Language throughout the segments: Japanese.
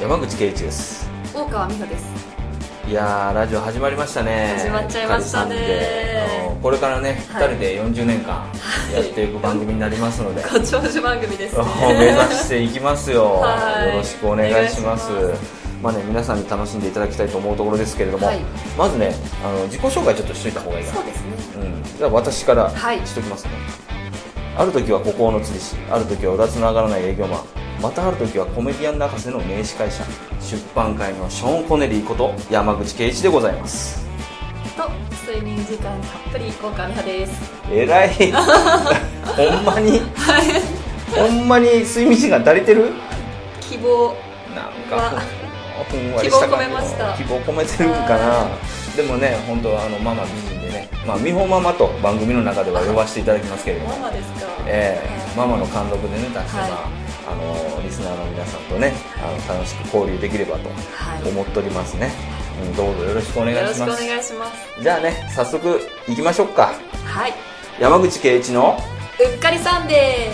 山口圭一です大川美穂ですいやーラジオ始まりましたね始まっちゃいまし二人さたねんであのこれからね、は2い人で40年間やっていく番組になります ので、ご長寿番組ですね目指していきますよ、はいよろしくお願いしますお願いしままあね、皆さんに楽しんでいただきたいと思うところですけれども、はいまずねあの自己紹介ちょっとしといた方がいいかなそうですねうん、じゃあ私からはいしときますね、ある時は孤高の釣り師ある時はうだつの上がらない営業マンまたある時はコメディアン泣かせの名司会者出版界のショーン・コネリーこと山口圭一でございますと睡眠時間たっぷり効果派ですえらい ほんまにはいほんまに睡眠時間足りてる希望なんわかふんわりした感じ希望込めました希望込めてるんかなでもね本当あのママ美人でね、まあ、美穂ママと番組の中では呼ばせていただきますけれどもママですかえーママの貫禄でね、たくさん、はあのリスナーの皆さんとね、あの楽しく交流できればとはい思っておりますね。うんどうぞよろしくお願よいろししくおます。願いしますじゃあね、早速行きましょうか。はい山口圭一のうっかりサンデ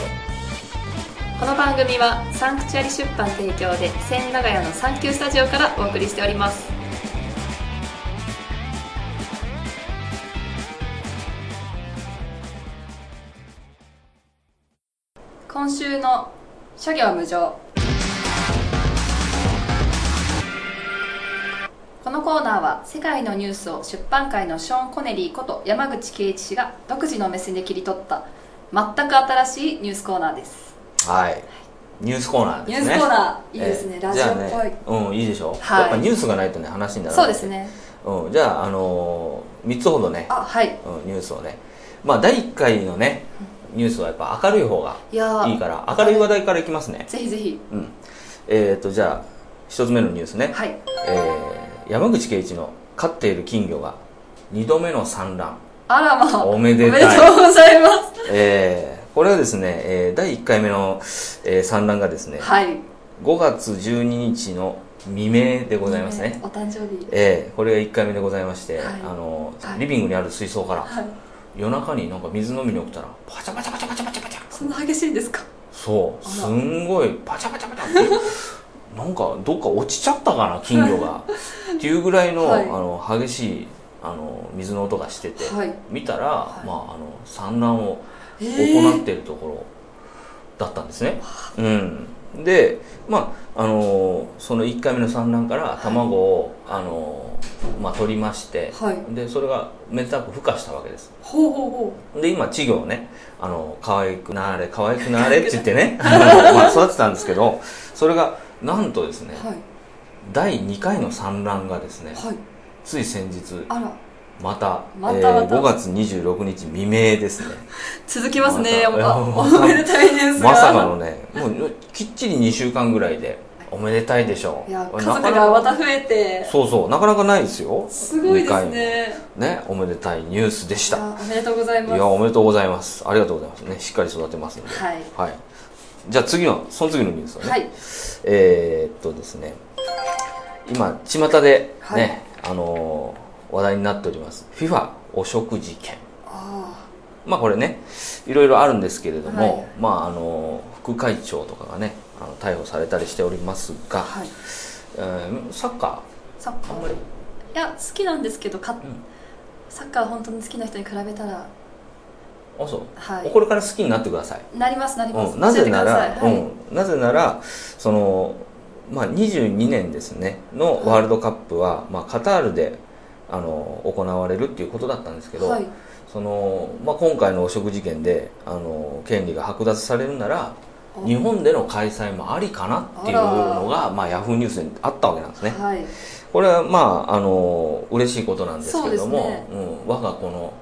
ーこの番組はサンクチュアリ出版提供で千駄ヶ谷のサンキュースタジオからお送りしております今週の諸行無常このコーナーは世界のニュースを出版界のショーン・コネリーこと山口圭一氏が独自の目線で切り取った全く新しいニュースコーナーですはいニュースコーナーですね。ニュースコーナーいいですねえラジオっぽいじゃあねうん、いいでしょ、はいやっぱニュースがないとね、話にならなそうい。です。ねうん、じゃあ、あのー、3つほどね、あはいうん、ニュースをね、まあ、第1回のね、ニュースはやっぱ明るい方がいやーいいから、明るい話題からいきますね。ぜひぜひうん、えっ、とじゃあ一つ目のニュースね、はいえー山口圭一の飼っている金魚が2度目の産卵、あらまあおめでたいおめでとうございまえーこれはですね、えー第1回目の、えー産卵がですねすはい5月12日の未明でございますね、お誕生日えーこれが1回目でございまして、はいあのはいリビングにある水槽から、はい夜中になんか水飲みに起きたらパチャパチャパチャパチャパチャパチャそんな激しいんですかそうあらすんごいパチャパチャパチャ ってなんかどっか落ちちゃったかな金魚 がっていうぐらいの,、はいあの激しいあの水の音がしてて、はい見たら、いまあ、あの産卵をえ行っーているところだったんですね、うん、でまああのその1回目の産卵から卵を、あのまあ、取りまして、はいでそれがめでたく孵化したわけですほうほうほで今稚魚をねあの可愛くなーれ可愛くなーれって言ってね あのまあ、育てたんですけどそれがなんとですねうはい第2回の産卵がですねはいつい先日あらまたまたまた5月26日未明ですね続きますねまたやっぱおめでたいニュースがまさかのねもうきっちり2週間ぐらいでおめでたいでしょういやこ家れ族なかがなまかた増えてそうそうなかなかないですよすごいで二回すもねねおめでたいニュースでしいたやおめでとうございいますやおめでとうございますありがとうございますねしっかり育てますのではいはい、じゃあ次のその次のニュースをね、はいえーっとですね今巷ではいね、あのー話題になっております FIFA 汚職事件あまあこれねいろいろあるんですけれども、はいまああのー副会長とかがねあの逮捕されたりしておりますが、あはいえーサッカサッーカあんまーりいや好きなんですけどかんサッカー本当に好きな人に比べたらあそう、はいこれから好きになってくださいなりますなります、うん、なぜなら、教えてくださいはいうん、なぜならその、まあ、22年ですねのワールドカップは、まあ、カタールであの行われるっていうことだったんですけど、はいそのまあ、今回の汚職事件であの権利が剥奪されるならお日本での開催もありかなっていうのがまあ、ヤフーニュースにあったわけなんですね。はいこれはまああの嬉しいことなんですけれども、そうですねうん、我がこの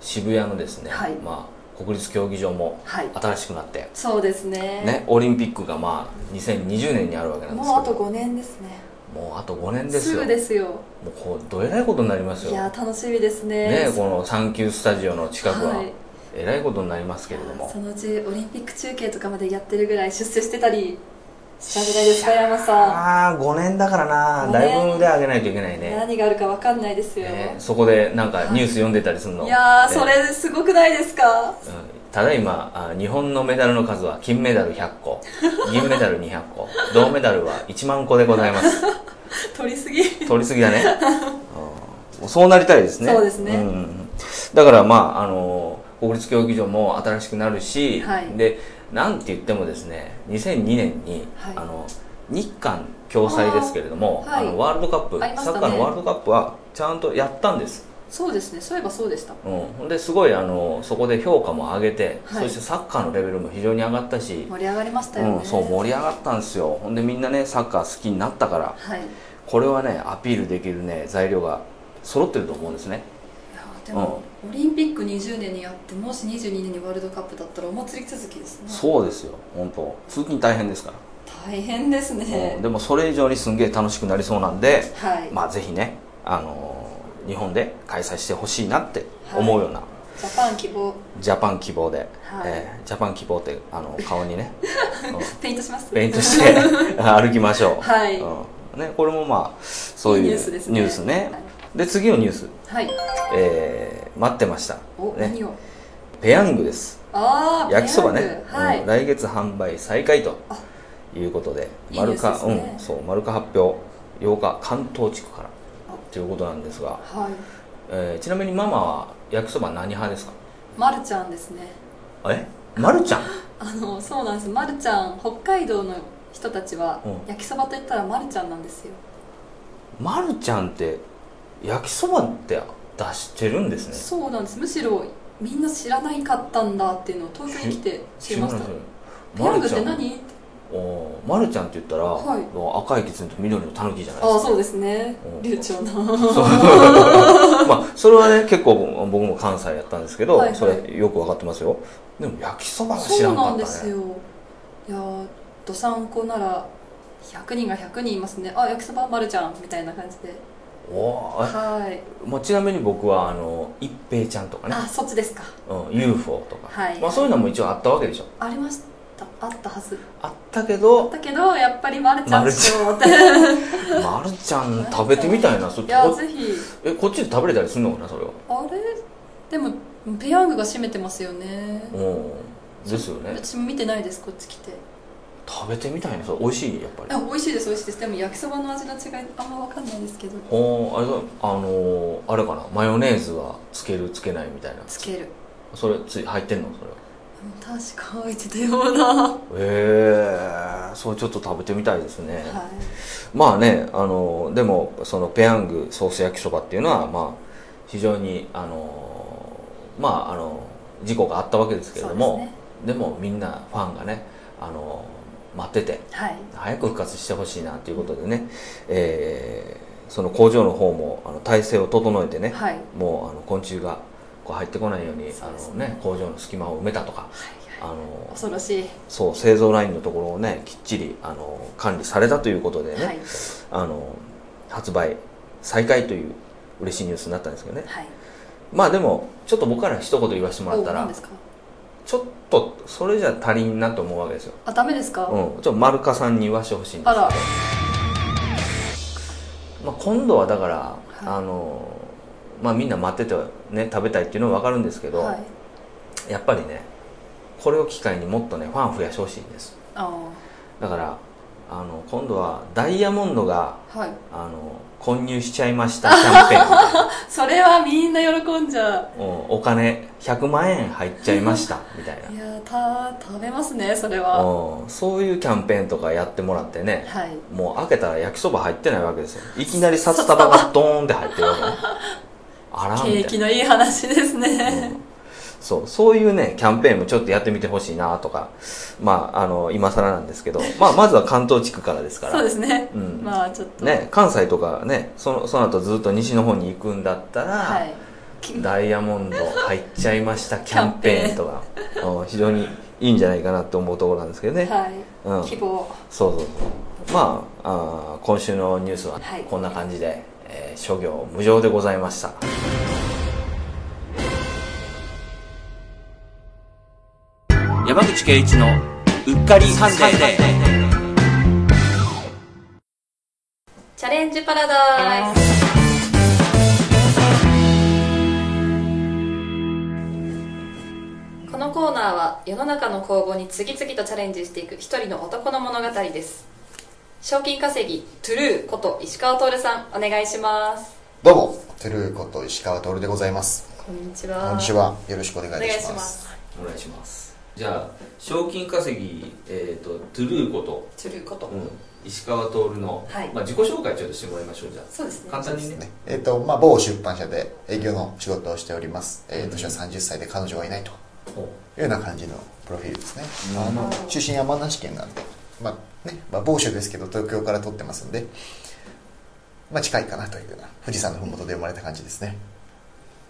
渋谷のですね、はいまあ、国立競技場もはい新しくなって、そうですねね、オリンピックがまあ2020年にあるわけなんですけもどうあと5年ですねもうあと5年ですすよぐですよもうこうどえらいことになりますよいや楽しみですねねこのサンキュースタジオの近くは、はいえらいことになりますけれどもそのうちオリンピック中継とかまでやってるぐらい出世してたりしたじゃないですか山さんああ5年だからな、ねだいぶ腕上げないといけないね何があるかわかんないですよ、ねそこでなんかニュース読んでたりするの、いやーねそれすごくないですかうんただいまあ日本のメダルの数は金メダル100個銀メダル200個銅メダルは1万個でございます取りすぎ取りすぎだねうんそうなりたいですねそうですねんんうんだからまああの国立競技場も新しくなるし、はいでなんて言ってもですね2002年に、はいあの日韓共催ですけれどもあーはいあのワールドカップ、ありましサたねッカーのワールドカップはちゃんとやったんですそうですねそういえばそうでしたうん、ほんですごいあのそこで評価も上げて、はいそしてサッカーのレベルも非常に上がったし、盛り上がりましたよね、うん、そう盛り上がったんですよほんでみんなねサッカー好きになったからはいいこれはねアピールできるね材料が揃ってると思うんですねやーでも、オリンピック20年にやってもし22年にワールドカップだったらお祭り続きですねそうですよ本当通勤大変ですか大変ですら、ね、うん、でもそれ以上にすんげえ楽しくなりそうなんではい、まあぜひねあのー日本で開催してほしいなって思うような、ジャパン希望ジャパン希望で、はいえージャパン希望ってあの顔にね、うんペイントしますペイントして 歩きましょう、はいうんね、これもまあそういういいニニュューーススでですね次のニュース、はいえー待ってました、お、ね、何をペヤングですああ焼きそばね、はい、うん来月販売再開とあいうことでいいニュースですねうんそう丸か発表8日関東地区からあということなんですが、はいえーちなみにママは焼きそば何派ですかまるちゃんですねえまるちゃんあのそうなんですまるちゃん北海道の人たちはうん焼きそばといったらまるちゃんなんですよ、まるちゃんって焼きそばって出してるんですねそうなんですむしろみんな知らないかったんだっていうのを東京に来て知りましたペヤングまってるちゃん何おーまるちゃんって言ったら、はいもう赤いキツネと緑のタヌキじゃないですああかそうですねうん流暢なそう まあそれはね結構僕も関西やったんですけど、はいはいそれよく分かってますよでも焼きそばは知らそなうなかんっですたねよいやーどさんこなら100人が100人いますねあ焼きそばまるちゃんみたいな感じでおーはいあまあ、ちなみに僕はあの一平ちゃんとかね、あそっちですかうん、UFO とか、はいまあ、そういうのも一応あったわけでしょありましたあったはずあったけどだけどやっぱりまるちゃんでしょうってまるちゃん食べてみたいなそいやこぜひえこっちで食べれたりするのかなそれはあれでもペヤングが占めてますよねうんですよね私も見てないですこっち来て食べてみたいなそれ美味しいやっぱりあ美味しいです美味しいですでも焼きそばの味の違いあんま分かんないですけどおーあれだあのーあれかなマヨネーズはつけるつけないみたいなつけるそれつい入ってんのそれは確か入ってたようなはええー、そうちょっと食べてみたいですね、いまあねあのーでもそのペヤングソース焼きそばっていうのはまあ非常にあのーまああのー事故があったわけですけれどそうもでですねもみんなファンがねあのー待っててはい早く復活してほしいなということでね、えーその工場の方もあの体制を整えてね、はいもうあの昆虫がこう入ってこないようにそうであすの、ねね、工場の隙間を埋めたとかあの恐ろしいそう製造ラインのところをねきっちりあの管理されたということでね、はいあの発売再開という嬉しいニュースになったんですけどねはいまあでもちょっと僕から一言言わせてもらったお何らですかちょっとそれじゃ足りんなと思うわけですよ、あダメですか、うん、ちょっと丸川さんに言わせてほしいんですあらまあ、今度はだから、いあのまあみんな待っててね食べたいっていうのは分かるんですけど、はいやっぱりねこれを機会にもっとねファン増やしてほしいんですあだからあの今度はダイヤモンドがあはいあの混入しちゃいましたキャンペーン それはみんな喜んじゃうんお金100万円入っちゃいましたみ たいういやーた食べますねそれな、はうん、そういうキャンペーンとかやってもらってねはいもう開けたら焼きそば入ってないわけですよいきなり札束が ドーンって入ってるわけねあらみ景た気いのいい話ですな、うねん、そうそういうねキャンペーンもちょっとやってみてほしいなとかまああの今更なんですけど、まあ、まずは関東地区からですからそうですね、うんまあちょっとね、関西とかねそのその後ずっと西の方に行くんだったら、はいダイヤモンド入っちゃいましたキャンペーンとかうん非常にいいんじゃないかなって思うところなんですけどね、はい、うん、希そう望そうそうまああー今週のニュースははいこんな感じで、えー諸行無常でございました山口圭一のうっかりサンデーチャレンジパラダイスこののコーナーは世の中の公募に次々とチャレンジしていく一人の男の物語です賞金稼ぎトゥルーこと石川徹さんお願いしますどうも、トゥルーこと石川徹でございます。こんにちはこんにちは。よろしくお願お願いいいたししまます。すお願いしますじゃあ賞金稼ぎ、えー、とトゥルーこと、トゥルーこと、うん、石川徹の、はいまあ、自己紹介ちょっとしてもらいましょうじゃそうですあね簡単にねねえっ、と、まあ、某出版社で営業の仕事をしております。えー、年は30歳で彼女はいないとほういうような感じのプロフィールですね。なあるほの出身山梨県なんで、まあね、まあ、某所ですけど東京から撮ってますんで、まあ、近いかなというような、富士山のふもとで生まれた感じですね。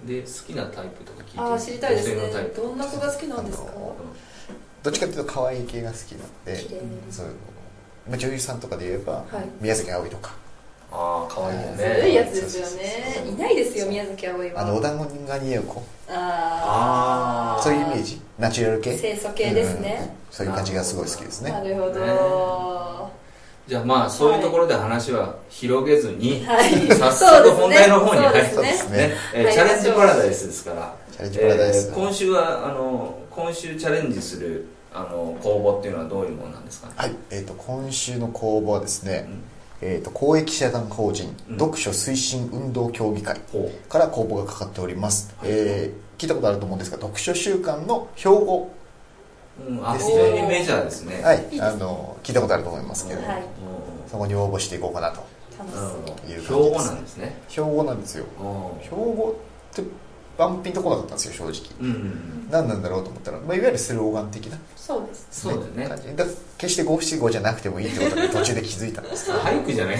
で好きなタイプとか聞いてああ知りたいですね女性のタイプどんな子が好きなんですかあのどっちかっていうと可愛い系が好きなんで綺麗、そういう、まあ、女優さんとかで言えば、はい宮崎あおいとか、ああ可愛いようんずるいやねつですよそうそうねそういないですよ宮崎あおいはあの、お団子人が似合う子。あーそういうイメージナチュラル系清楚系ですねうんそういう感じがすごい好きですなねるほど、じゃあまあそういうところで話は広げずに、はい 早速本題の方にそう入でるすねそうですねねえーはいチャレンジパラダイスですからチャレンジパラダイスえー今週はあの今週チャレンジするあの公募っていうのはどういうものなんですかね、はい、えー、と今週の公募はですね、うんえー、と公益社団法人、うん読書推進運動協議会ほから公募がかかっております、はいえー聞いたことあると思うんですが読書週間の標語、う、うん、あで非すね常にメジャーですねはいいあの聞いたことあると思いますけど、はいそこに応募していこうかなと楽しなるほそどういう感標語なじですんですね標語なんですようん標語って万品とこなかったんですよ正直、うんうん何なんだろうと思ったら、まあ、いわゆるスローガン的なそうですそうだよね感じだ決して五七五じゃなくてもいいってことに途中で気づいたんですけど俳句じゃない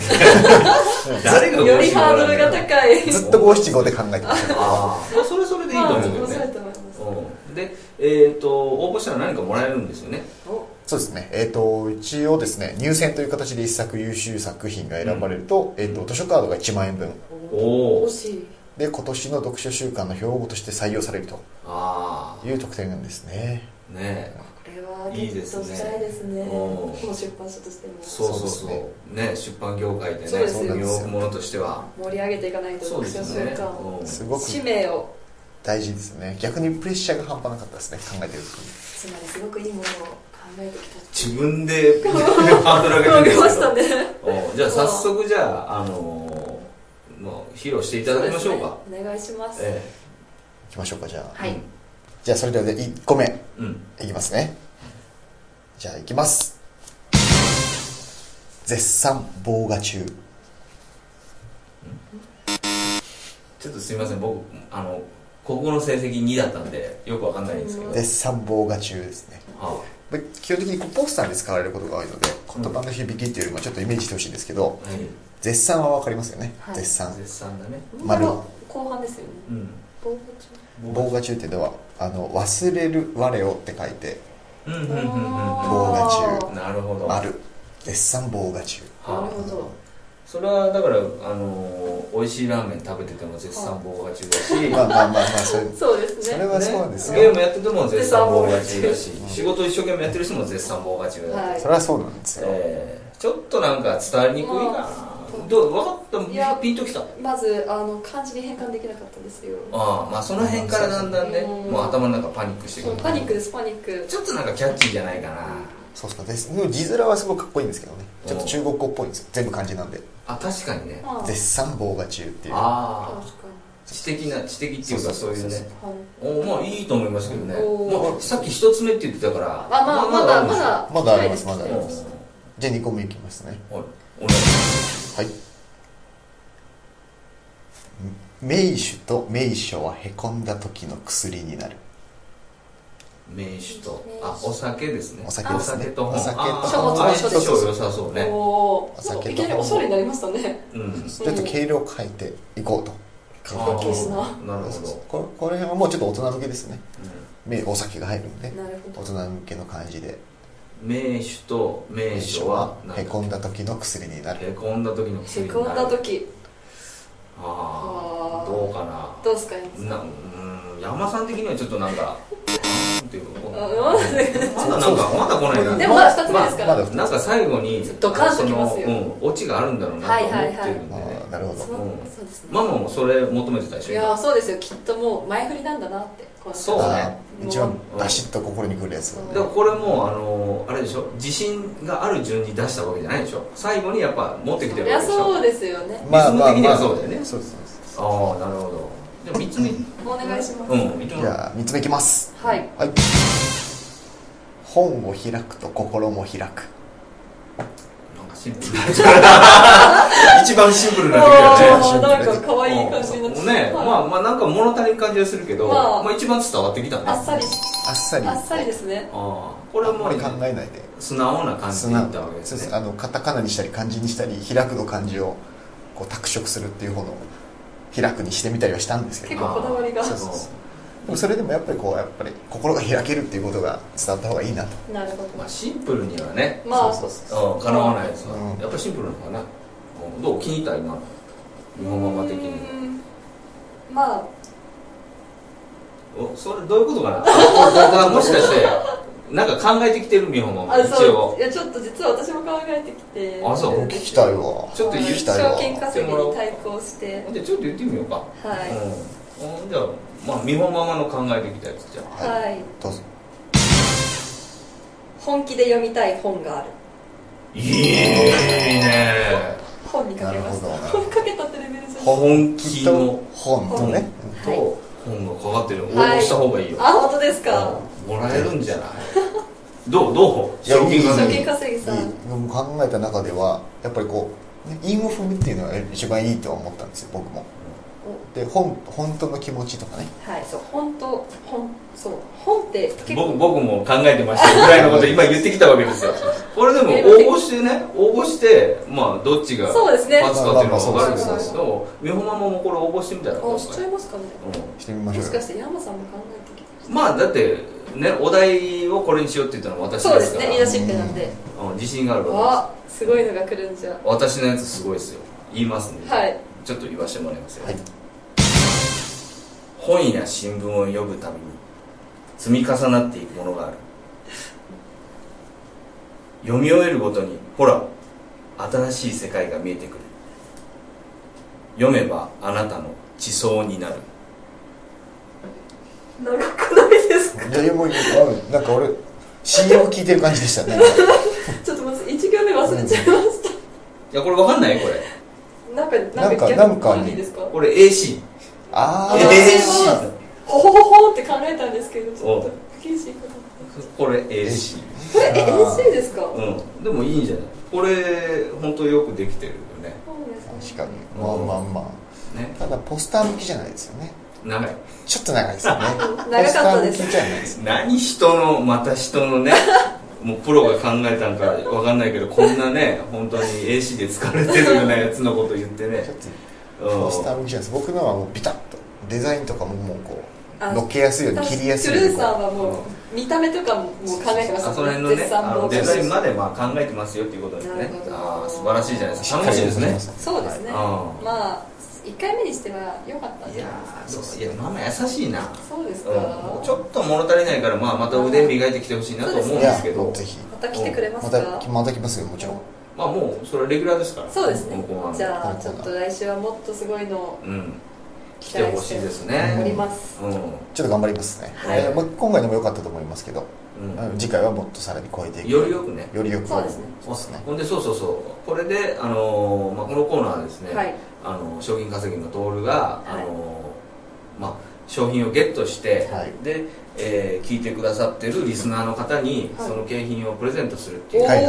誰がよりハードルがい高いずっと五七五で考えてましたああそれそれでいいと思うけど面白ねいと思いますうんで、えー、と応募したら何かもらえるんですよねそうですねえっ、と一応ですね入選という形で一作優秀作品が選ばれると,、えー、と図書カードが1万円分お惜おしいで今年の読書週間の標語として採用されるとあいう特典なんですねあねえこれはゲットしたいですねもう出版社としてもそうそうそうそうね出版業界でねそうですよ業務者としては盛り上げていかないとそうですよね読書週間うんすごく使命を大事ですね逆にプレッシャーが半端なかったですね考えてる時につまりすごくいいものを考えてきた自分でハードル上げてりるんまですしけどたねうんじゃあ早速じゃあ、あのーもう披露していただきましょうかそうですねお願いしますえいきましょうかじゃあえはいじゃあそれでは1個目うんいきますねじゃあいきます絶賛防画中ちょっとすいません僕あの国語の成績2だったんでよくわかんないんですけど、うん絶賛防画中ですねはまあ基本的にこうポスターで使われることが多いので言葉の響きっていうよりもちょっとイメージしてほしいんですけどいはい絶賛は分かりますよね、はい絶賛絶賛だね丸後半ですよねうん防防画中っていうのはあの忘れる我をって書いてうんうんうん護うんー防うんなるほど丸絶賛防画中なるはほどいそれはだからあのー美味しいラーメン食べてても絶賛棒勝ちだしまあまあまあまあそ れそうですそねれはそうなんですゲーよ、ムやってても絶賛棒勝ちだし絶賛棒勝ち仕事一生懸命やってる人も絶賛棒勝ちだし、はいそれはそうなんですよ、えーちょっとなんか伝わりにくいかなどう分かったいやピンときたまずあの漢字に変換できなかったんですよああまあその辺からだんだんねうんもう頭の中パニックしてくそうるパニックですパニックちょっとなんかキャッチーじゃないかなそうっすかですでも字面はすごくかっこいいんですけどねちょっと中国語っぽいんですよ全部漢字なんであ確かにねまあ絶賛防画中っていうあ確あか知的な知的っていうかそういうねにはいおまあいいと思いますけどね、おーまあ、さっき一つ目って言ってたからあまあまだまだまだあります近いまだありでますすじゃあ2個目いきますねおいお願いしはい名手と名所はへこんだ時の薬になる名酒とあお酒ですねお酒ですねお酒とお酒とあ書物ああ書相物性良さそうねおおお酒といきなりおしゃれになりましたねうんちょっと軽量を変えていこうとかっこいいしななるほど、これこれはもうちょっと大人向けですねう名お酒が入るんでなるほど大人向けの感じでん、名酒と名所ははなんかへこんだ時の薬になるへこんだ時の薬にへなるこんだ時あああーどうかどうですか山ななうん山さん的にはちょっとなんかっていううのんをうんなんでまだなんかまだ来ないなでもまだ二つ目ですからまだ二つなんか最後にドカンときますよそのうん、オチがあるんだろうなとはい思っはいはいてるんでね、ああなるほそどうそうですねママもそれ求めてたでしょいやーそうですよきっともう前振りなんだなってこうそうああもう一番バシッと心にくるやつだからこれもあのあれでしょ自信がある順に出したわけじゃないでしょ最後にやっぱ持ってきてそるりわゃけでしょそうですよねリズム的にはそうだよねそうですそうですああなるほどでも3つ目お願いします、うん3つじゃあ3つ目いきますはいはい本を開くと心も開くなんかシンプルな一番シンプルな時だねおーなんか可愛い感じになってうきんたねはいまあまあなんか物足りん感じはするけど、まあまあ、一番伝わってきたねあっさりあっさりあっさりですねあーこれはもあんまり考うえないで素直な感じでいったわけでそうですすねあのカタカナにしたり漢字にしたり開くの漢字をこう拓殖するっていう方の開くにしてみたりはしたんですけ結ど構こだわりがあーそうそうそうでもそれでもやっぱりこうやっぱり心が開けるっていうことが伝わった方がいいなとなるほどまあシンプルにはねまあそううんかなわないですうんやっぱりシンプルなのかなうんどう気に入った今の日本ママ的にうーんまあおそれどういうことかな あもしかしてなんか考えてきてる美穂ママあ一そう応いやちょっと実は私も考えてきてあそう聞きたいわちょっと言うきたいわ賞金稼ぎに対抗してじゃあちょっと言ってみようかはうんうんじゃあまあ美穂ママの考えてきたやつじゃあいはいどうぞ本気で読みたい本があるいいね本にかけま したなるほど本かけたってレベルじゃない本気の本とねはいと本がかかってる応はい募した方がいいよあ本当ですかもらえるんじゃないどうどういや賞金うん賞稼ぎ金稼ぎさんいい僕考えた中ではやっぱりこうね韻を踏むっていうのが一番いいとは思ったんですよ僕もで本本当の気持ちとかねはいそう本当本そう本って結構僕僕も考えてましたぐらいのこと今言ってきたわけですよこれでも応募してね応募してまあどっちがそうですね勝つかっていうのは分かるんまあまあまあそうですけど美穂ママもこれ応募してみたらどうあでしすちかゃいねますかねしてみましょもしうよかして山さんも考えてきてうんまあだってねお題をこれにしようって言ったのは私そうでですすかねらリーダーシップなんでうん自信があるわあすごいのが来るんじゃけです私のやつすごいですよ言いますねはいちょっと言わせてもらいますよはい本や新聞を読むたびに積み重なっていくものがある読み終えるごとにほら新しい世界が見えてくる読めばあなたの地層になる長くないですかいやでもあなんか俺 CM 聞いてる感じでしたねちょっとまず1行目忘れちゃいましたいやこれわかんないこれなんか、なんか、なんか逆にいいですか。これ AC あああの私もほほほほって考えたんですけど、ちょっとお不謹慎かな。これ AC これ、え、NC ですか。うんでもいいんじゃないこれ本当よくできてるよねそうです確ねかにまあまあまねあただポスター向きじゃないですよね長いちょっと長いですよね 長かったですポスター向きじゃないです何人のまた人のね もうプロが考えたんかわかんないけどこんなね本当に AC で疲れてるようなやつのこと言ってねちょっとうんポスター向きじゃないです僕のはもうビタッとデザインとかももうこあうのっけやすいように切りやすいトゥようルーにこさんはもう、見た目とかも、もう考えてました。あその辺のね絶賛あの防デ止ザインまでまあ考えてますよっていうことですなねるほどああ素晴らしいじゃないでうすか楽しいですねそうですね。あーまあ、一回目にしては、良かったんいじゃやないですか。ーそういやママ優しいなそうですうんもかう。ちょっと物足りないからまあまた腕磨いてきてほしいなと思うんいでやすけもどうぜひまた来てくれますまか。たまた来ますよもちろんまあもうそれはレギュラーですからそうですねこのコーナー。のじゃあ、ちょっと来週はもっとすごいのをうん来期て待ほししいでてすおねります。うんちょっと頑張りますね、はいえーまあ今回でも良かったと思いますけど、うんうん次回はもっとさらに超えていくよりよくねよりよくそうですねそうですねほんでそうそうそうこれで、あのーまあ、このコーナーはですね、はい。あの賞金稼ぎのトールが、はいあのーまあ、商品をゲットして、はいで、えー聞いてくださってるリスナーの方に、はいその景品をプレゼントするっていおう、お。はい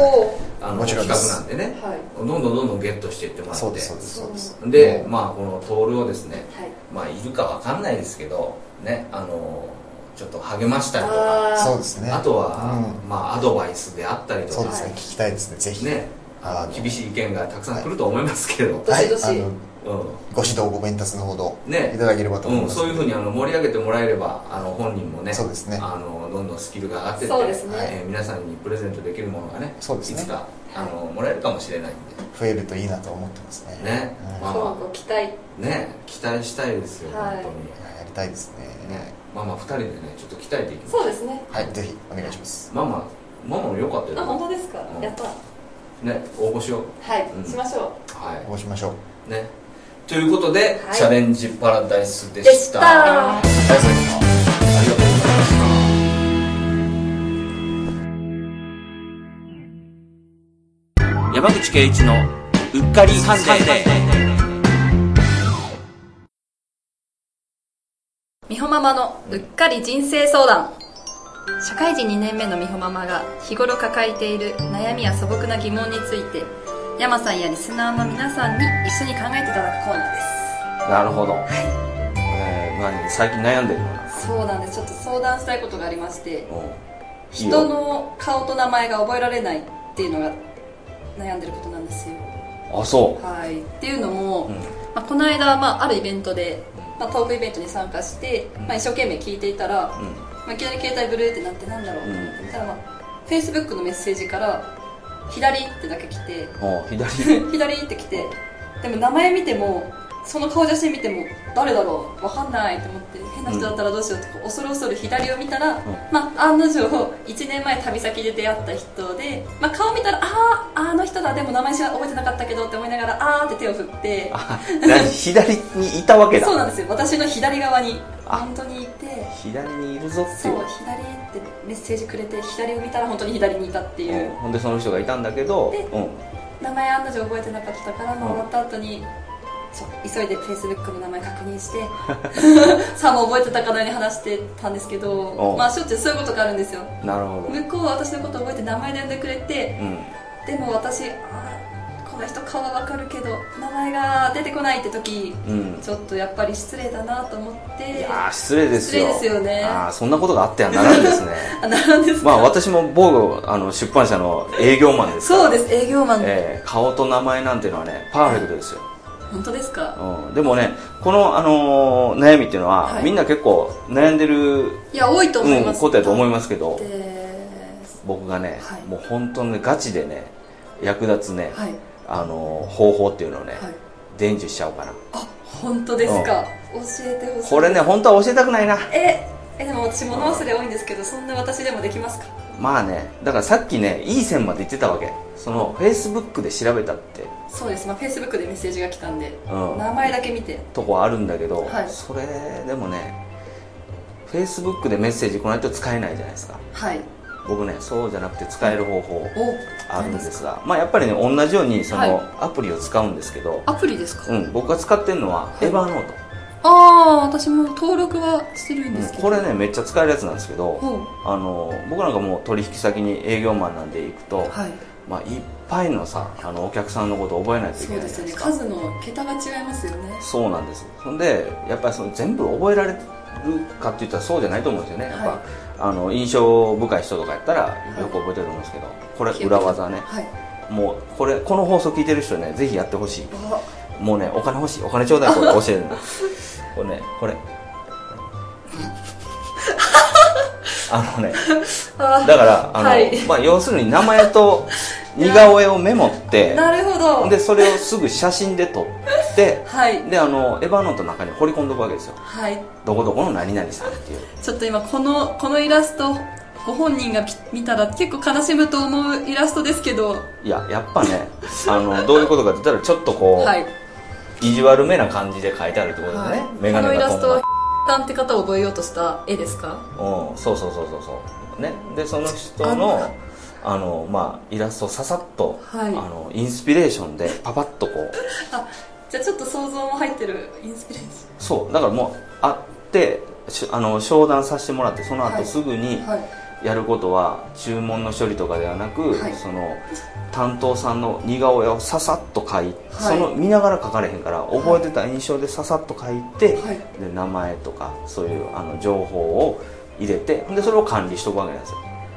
あのもちろ企んで画すなんでねはい。どんどんどんどんゲットしていってもらってそうですそうですそうですでもうまあ、このトールをですね、はい。まあ、いるかわかんないですけど、ねあのーちょっと励ましたりとかあーそうですねあとは、うまあ、アドバイスであったりとかそうですね、はい聞きたいですねぜひ、ね、あのあの厳しい意見がたくさん来ると思いますけど、どしどしはい、あのうんご指導ご鞭達のほどねいただければと思いうん、ます、そういうふうにあの盛り上げてもらえればあの本人もねそうですねあのどんどんスキルが上がってってそうですねえー皆さんにプレゼントできるものがねそうですねいつかあのもらえるかもしれないん増えるといいなと思ってますねでね、うんまあそうまご期待あね期待したいですよ、はい本いややりたいですね当にねまあまあ2人でねちょっと鍛えていきますそうですねはいぜひお願いしますママママも良かったあ本よ当ですかうんやったね応募しようはい、うんしましょはこうしましょいうねということで、はいチャレンジパラダイスうででししたた大丈夫ですかありがとうございました山口圭一のうっかりサンデーみほママのうっかり人生相談社会人2年目のみほママが日頃抱えている悩みや素朴な疑問について山さんやリスナーの皆さんに一緒に考えていただくコーナーでなるほど、えー何最近悩んでるのかすそうなんですちょっと相談したいことがありましてなうんいいよ人の顔と名前が覚えられないっていうのが悩んでることなんですよあそはいっていうのも、う、うんまあ、この間、まあ、あるイベントで、まあ、トークイベントに参加して、まあ、一生懸命聞いていたら、まあ、いきなり携帯ブルーってなってなんだろう、うんそしたら、まあ、Facebook のメッセージから「左」ってだけ来てうん、お左 「左」って来てでも名前見てもその顔写真見ても誰だろうわかんないと思って変な人だったらどうしようってこう恐る恐る左を見たら、まあ、案の定1年前旅先で出会った人で、まあ、顔見たら「あああの人だでも名前しか覚えてなかったけど」って思いながら「ああ」って手を振ってあ何左にいたわけだそうなんですよ私の左側にあ本当にいて左にいるぞってそいうう左ってメッセージくれて左を見たら本当に左にいたっていううんほんでその人がいたんだけど、でうん、名前案の定覚えてなかったから、まあ、うん終わった後にそう急いで Facebook の名前確認して さも覚えてたかのように話してたんですけうどんまあしょっちゅうそういうことがあるんですよなるほど、向こうは私のこと覚えて名前で呼んでくれてうん、でも私あーこの人顔はわかるけど名前が出てこないって時うん、ちょっとやっぱり失礼だなと思っていやー失礼ですよ失礼ですよねあーそんなことがあってはならんですね あなんですか、まあ私も某あの出版社の営業マンですからそうです営業マン、えー顔と名前なんていうのはねパーフェクトですよ、本当ですかうん、でもねこの、あのー悩みっていうのは、はいみんな結構悩んでる、いや多いと思ういん、ます、ことやと思いますけどです僕がね、はいもう本当にねガチでね役立つね、はいはいあのー方法っていうのをね、伝授しちゃおうかなあ本当ですか、教えてほしいこれね本当は教えたくないなええでも私物忘れ多いんですけどそんな私でもできますかまあねだからさっきねいい線まで言ってたわけそのフェイスブックで調べたって、そうですまあフェイスブックでメッセージが来たんで、うん、名前だけ見てとこあるんだけど、はいそれでもねフェイスブックでメッセージ来ないと使えないじゃないですかはい僕ねそうじゃなくて使える方法おあるんですかがまあやっぱりね同じようにそのはアプリを使うんですけど、アプリですか、うん、僕が使ってるのはエヴァノート、ああ私も登録はしてるんですうけんど、これねめっちゃ使えるやつなんですけどおあの僕なんかもう取引先に営業マンなんで行くと、はいまあ、いっぱいのさあのお客さんのこと覚えないといけそうないじでゃないすよでねすか数の桁が違いますよねそうなんですほんでやっぱりその全部覚えられるかって言ったらそうじゃないと思うんですよねやっぱ、はいあの印象深い人とかやったらよく覚えてると思うんですけど、これ裏技ねはいもうこれこの放送聞いてる人ねぜひやってほしいあもうねお金欲しいお金ちょうだいこ れ教えるのこれねこれあのねあだからあの、はいまあ、要するに名前と似顔絵をメモって なるほどでそれをすぐ写真で撮ってはいであのエヴァノートの中に掘り込んでおくわけですよはいどこどこの何々さんっていうちょっと今このこのイラストご本人が見見たら結構悲しむと思うイラストですけどいややっぱねあのどういうことかって言ったらちょっとこう、はい意地悪めな感じで書いてあるってことでね、はいメガこのネイがラ飛スんトだはさんって方を覚えようとした絵ですかうん、そうそうそうそうそうねでその人あのあのまあイラストをささっと、はいあのインスピレーションでパパッとこうあじゃあちょっと想像も入ってるインスピレーシそうだからもう会ってしあの商談させてもらってそのは後いすぐにョンはいやることは注文の処理とかではなく、はいその担当さんの似顔絵をささっと描いて、はそいの見ながら描かれへんから覚えてた印象でささっと描いて、はいで名前とかそういうあの情報を入れてでそれを管理しとくわけなんですよ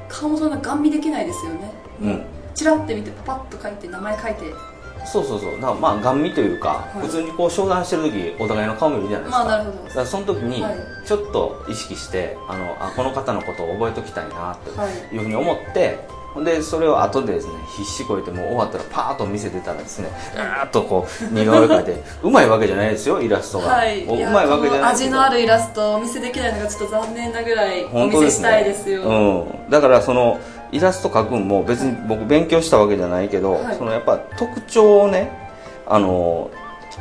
顔もそんなガン見できないですよねうんチラって見てパパッと書いて名前書いてそうそうそうだからまあ顔見というか、はい普通にこう商談してる時お互いの顔見るじゃないですか,、まあなるほどだからその時にはいちょっと意識してあのあこの方のことを覚えときたいなってはいいうふうに思ってほんでそれを後でですね必死こいてもう終わったらパーッと見せてたらですねうーっとこう似顔絵描いて うまいわけじゃないですよイラストが、はいおういやまいわけじゃこないですの味けどのあるイラストをお見せできないのがちょっと残念なぐらいお本当見せでしすたねいですようん、だからそのイラスト描くんも別に僕勉強したわけじゃないけど、はいそのやっぱ特徴をねあの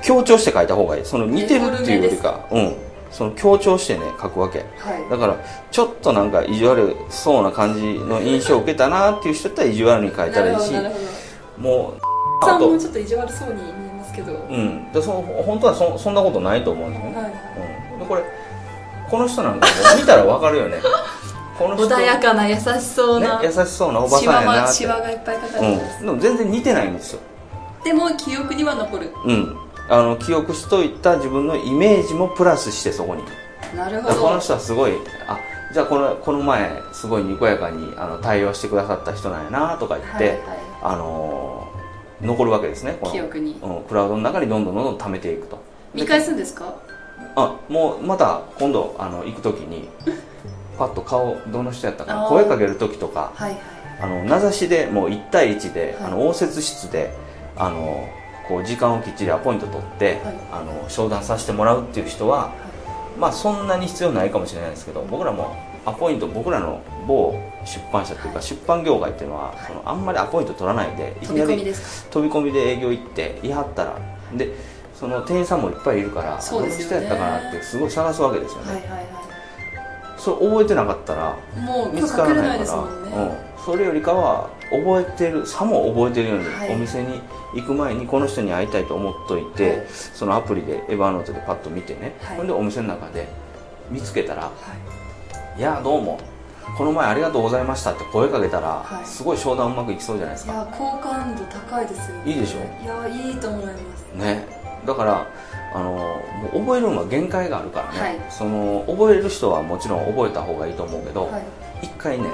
強調して描いた方がいいその似てるっていうよりか、うん、その強調してね描くわけはいだからちょっとなんか意地悪そうな感じの印象を受けたなっていう人だったら意地悪に描いたらないるいほしどなるほどもうさんもとちょっと意地悪そうに見えますけど、はうんでその本当はそそんなことないと思うんだよね、い、うん、でこれこの人なんかもう見たらわかる よねこの人穏やかな優しそうねな、、優しそうなおばシさワんやなまってシワがいっぱいかかってます、うん、でも全然似てないんですよ、でも記憶には残るうん、あの記憶しといた自分のイメージもプラスしてそこになだるほからこのど人はすごいあじゃあこのこの前すごいにこやかにあの対応してくださった人なんやなとか言って、はいはあのー残るわけですねこの記憶にうん、クラウドの中にどんどんどんどん溜めていくとい、見返すんですかあもうまた今度あの行く時 にパッと顔どの人やったかなあー声かける時とかはいはいあの名指しでもう1対1で、はいあの応接室であのこう時間をきっちりアポイント取って、はいあの商談させてもらうっていう人は、まあそんなに必要ないかもしれないですけど僕らもアポイント僕らの某出版社っていうか、は出版業界っていうのは、そのあんまりアポイント取らないでいき飛びな込みりです飛び込みで営業行って言い張ったらでその店員さんもいっぱいいるから、そどうのですよ人ねやったかなってすごい探すわけですよかね、はいはいはそれ覚えてなかったらいもう見声つかからけれなないいかですら、もんね、うん、それよりかは覚えてるさも覚えてるように、はいお店に行く前にこの人に会いたいと思っといて、はいそのアプリでエヴァノートでパッと見てね、はいほんでお店の中で見つけたらは「いいやどうもこの前ありがとうございました」って声かけたら、はいすごい商談うまくいきそうじゃないですいかや好感度高いですよいいでしいやいいと思いますょねだからあのもう覚えるのは限界があるからね、はいその覚える人はもちろん覚えた方がいいと思うけど、はい一回ね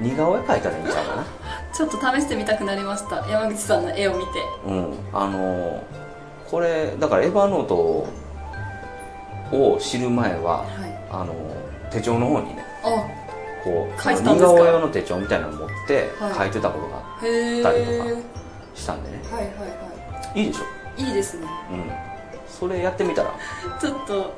似顔絵描いたらいいんちゃうかなちょっと試してみたくなりました山口さんの絵を見てうん、あのーこれだからエヴァノートを知る前ははいあのー手帳の方にねあこう書いてたん似ですか顔絵用の手帳みたいなの持ってはい書いてたことがへえたはりいとかはいしたんでね、、はいいでしょ、いいいですねうん、それやってみたらちょっと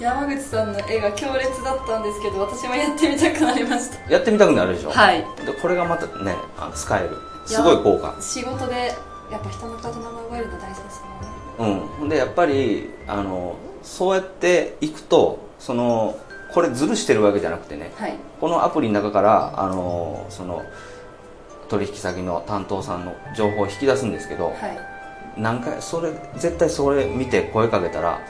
山口さんの絵が強烈だったんですけど私もやってみたくなりましやってみたくなるでしょ、たはいでこれがまたねあの使えるすごい効果仕事でやっぱ人の顔と名前覚えるの大事ですもんねうんほんでやっぱりあのそうやっていくとそのこれずるしてるわけじゃなくてねはいこのアプリの中から、あのーその取引先の担当さんの情報を引き出すんですけど、は何回それ絶対それ見て声かけたら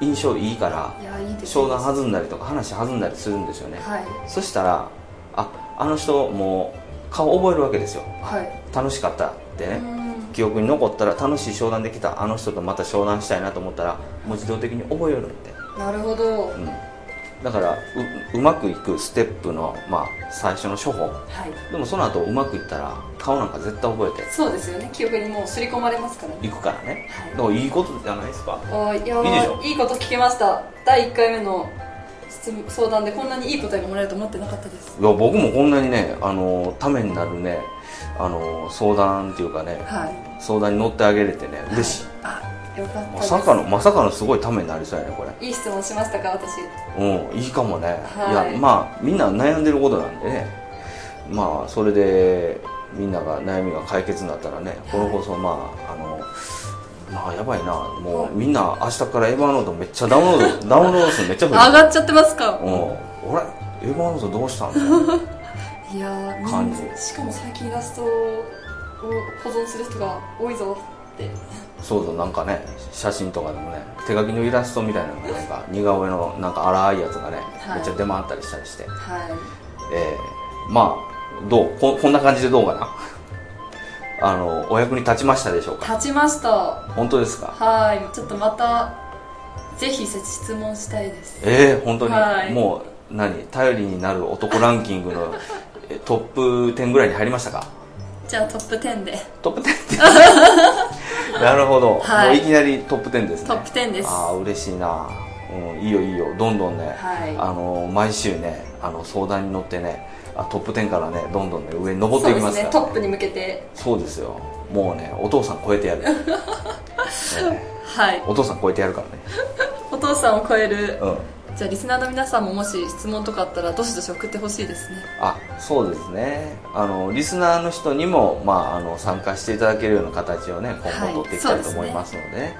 印象いいからいいやいいですね商談弾んだりとか話弾んだりするんですよね、はいそしたらああの人もう顔覚えるわけですよはい楽しかったってうね、ん記憶に残ったら楽しい商談できたあの人とまた商談したいなと思ったらもう自動的に覚えるんでなるほどはうん、だからううまくいくステップの、まあ、最初の処方いでもその後うまくいったら顔なんか絶対覚えそうですよね記憶にもう刷り込まれますからねていくからねはいだからいいことじゃないですかあーいやーいいでしょいいこと聞きました第1回目の質問相談でこんなにいい答えがもらえると思ってなかったですいや僕もこんなにねあのためになるねあの相談っていうかねはい相談に乗ってあげれてね嬉しいあよかったでますさかのまさかのすごいためになりそうやねこれいい質問しましたか私うんいいかもね、はいいやまあみんな悩んでることなんでねまあそれでみんなが悩みが解決になったらねこの放送まああのまあやばいなもうみんな明日からエヴァノートめっちゃダウンロード ダウンロード数めっちゃ増上えるがっちゃってますかうん俺エヴァノートどうしたんだよいやーみん感なしかも最近イラストを保存する人が多いぞってそうそうなんかね写真とかでもね手書きのイラストみたいなのがなんか似顔絵のなんか荒いやつがね、はいめっちゃ出回ったりしたりしてはいえーまあどうここんな感じでどうかな あのお役に立ちましたでしょうか立ちました本当ですかはいちょっとまたぜひ質問したいですええ本当に、はいもう 何頼りになる男ランキングのえトップ10ぐらいに入りましたかじゃあトップ10でトップ10って なるほど、はいもういきなりトップ10ですねトップ10ですああ嬉しいな、うん、いいよいいよどんどんね、はいあの毎週ねあの相談に乗ってねあトップ10からねどんどんね上に登っていきますそうですかねらトップに向けてそうですよもうねお父さん超えてや る、ねはいお父さん超えてやるからねお父さんを超えるうんじゃあリスナーの皆さんももし質問とかあったらどしどし送ってほしいですねあそうですねあのリスナーの人にも、まあ、あの参加していただけるような形をね今後取っていきたいと思いますので,、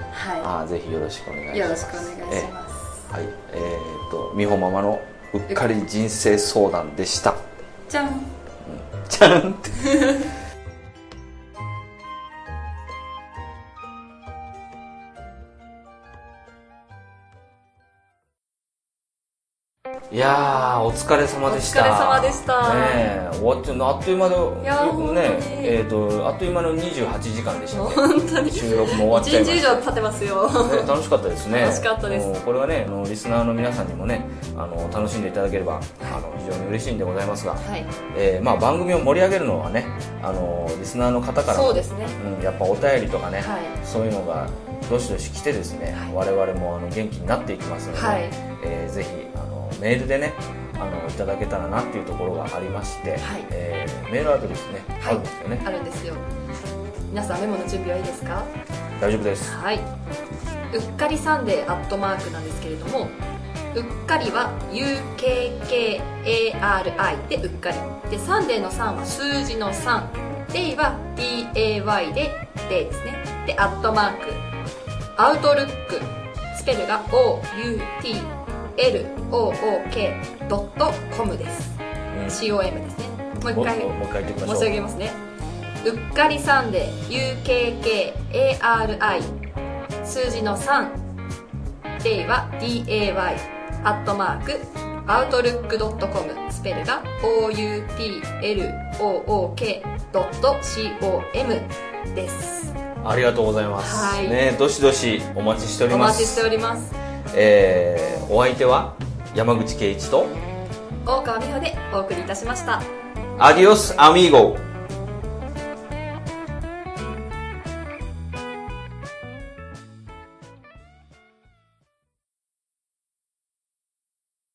はあーぜひよろしくお願いしまいすよろしくお願いしまえすはいえーっと美穂ママのうっかり人生相談でしたじゃんじゃんっていやーお疲れ様でしたお疲れ様でしたねえ終わっちゃうのあっという間でいやーよく本当にねえー、とあっという間の28時間でしたね本当に収録も終わっちゃい1ま日以した上経ってますよね、楽しかったですね楽しかったですもうこれはねあのリスナーの皆さんにもねあの楽しんでいただければあの非常に嬉しいんでございますが、はいえーまあ、番組を盛り上げるのはねあのリスナーの方からそうも、ですねうん、やっぱお便りとかね、はいそういうのがどしどし来てですね、我々もあの元気になっていきますので、はいえーぜひあのメールでねあのいただけたらなっていうところがありまして、はいえーメールアドレスね、はいあるんですよねあるんですよ皆さんメモの準備はいいですか大丈夫ですはいうっかりサンデーアットマークなんですけれどもうっかりは UKKARI でうっかりでサンデーの3は数字の3デイは DAY でデイですねでアットマークアウトルックスペルが OUTLOOK.com ですうん COM ですねもうも一回もう一回言ってみましょ申うし上げますねうっかりサンデー UKKARI 数字の3 day は DAY アットマーク outlook.com スペルが outlook.com ですありがとうございます、はいねどしどしお待ちしておりおま待すちしておりますえーお相手は山口圭一と大川美穂でお送りいたしましたアディオスアミーゴ